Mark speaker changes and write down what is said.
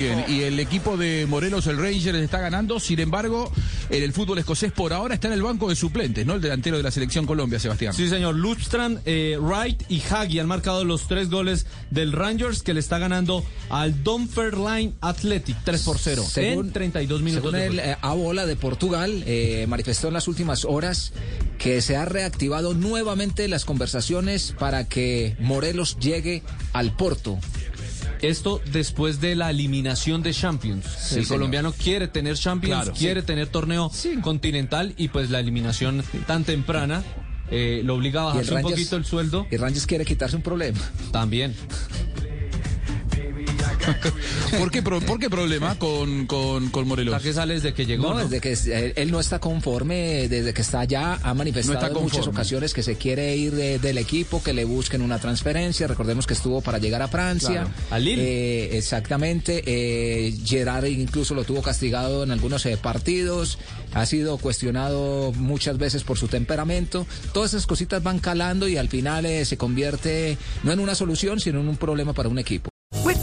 Speaker 1: Bien, y el equipo de Morelos, el Rangers, está ganando. Sin embargo, en el fútbol escocés por ahora está en el banco de suplentes, ¿no? El delantero de la selección Colombia, Sebastián.
Speaker 2: Sí, señor. Lustran, eh, Wright y Hagi han marcado los tres goles del Rangers que le está ganando al Dunfermline Athletic 3 por 0 en 32 minutos.
Speaker 3: Según
Speaker 2: de
Speaker 3: el
Speaker 2: juego.
Speaker 3: eh, a bola de Portugal, eh, manifestó en las últimas horas que se ha reactivado nuevamente las conversaciones para que Morelos llegue al Porto.
Speaker 2: Esto después de la eliminación de Champions. el
Speaker 3: señor.
Speaker 2: colombiano quiere tener Champions,
Speaker 1: Claro.
Speaker 2: quiere tener torneo continental y pues la eliminación tan temprana eh, lo obliga a
Speaker 3: Y el
Speaker 2: bajarse un
Speaker 3: Rangers-
Speaker 2: poquito el sueldo
Speaker 3: Y Rangers quiere quitarse un problema.
Speaker 2: también.
Speaker 1: ¿Por qué, pro- por qué problema con, con, con
Speaker 2: ¿A
Speaker 1: Morelos?
Speaker 2: qué sale desde que llegó?
Speaker 3: No,
Speaker 2: no?
Speaker 3: desde que es- eh, él no está conforme, eh, desde que está allá, ha manifestado
Speaker 1: No está
Speaker 3: en muchas
Speaker 1: conforme.
Speaker 3: ocasiones que se quiere ir de- del equipo, que le busquen una transferencia. Recordemos que estuvo para llegar a Francia.
Speaker 2: Claro, al Lille.
Speaker 3: Eh, exactamente. eh, Gerard incluso lo tuvo castigado en algunos eh, partidos. Ha sido cuestionado muchas veces por su temperamento. Todas esas cositas van calando y al final eh, se convierte no en una solución, sino en un problema para un equipo.
Speaker 4: With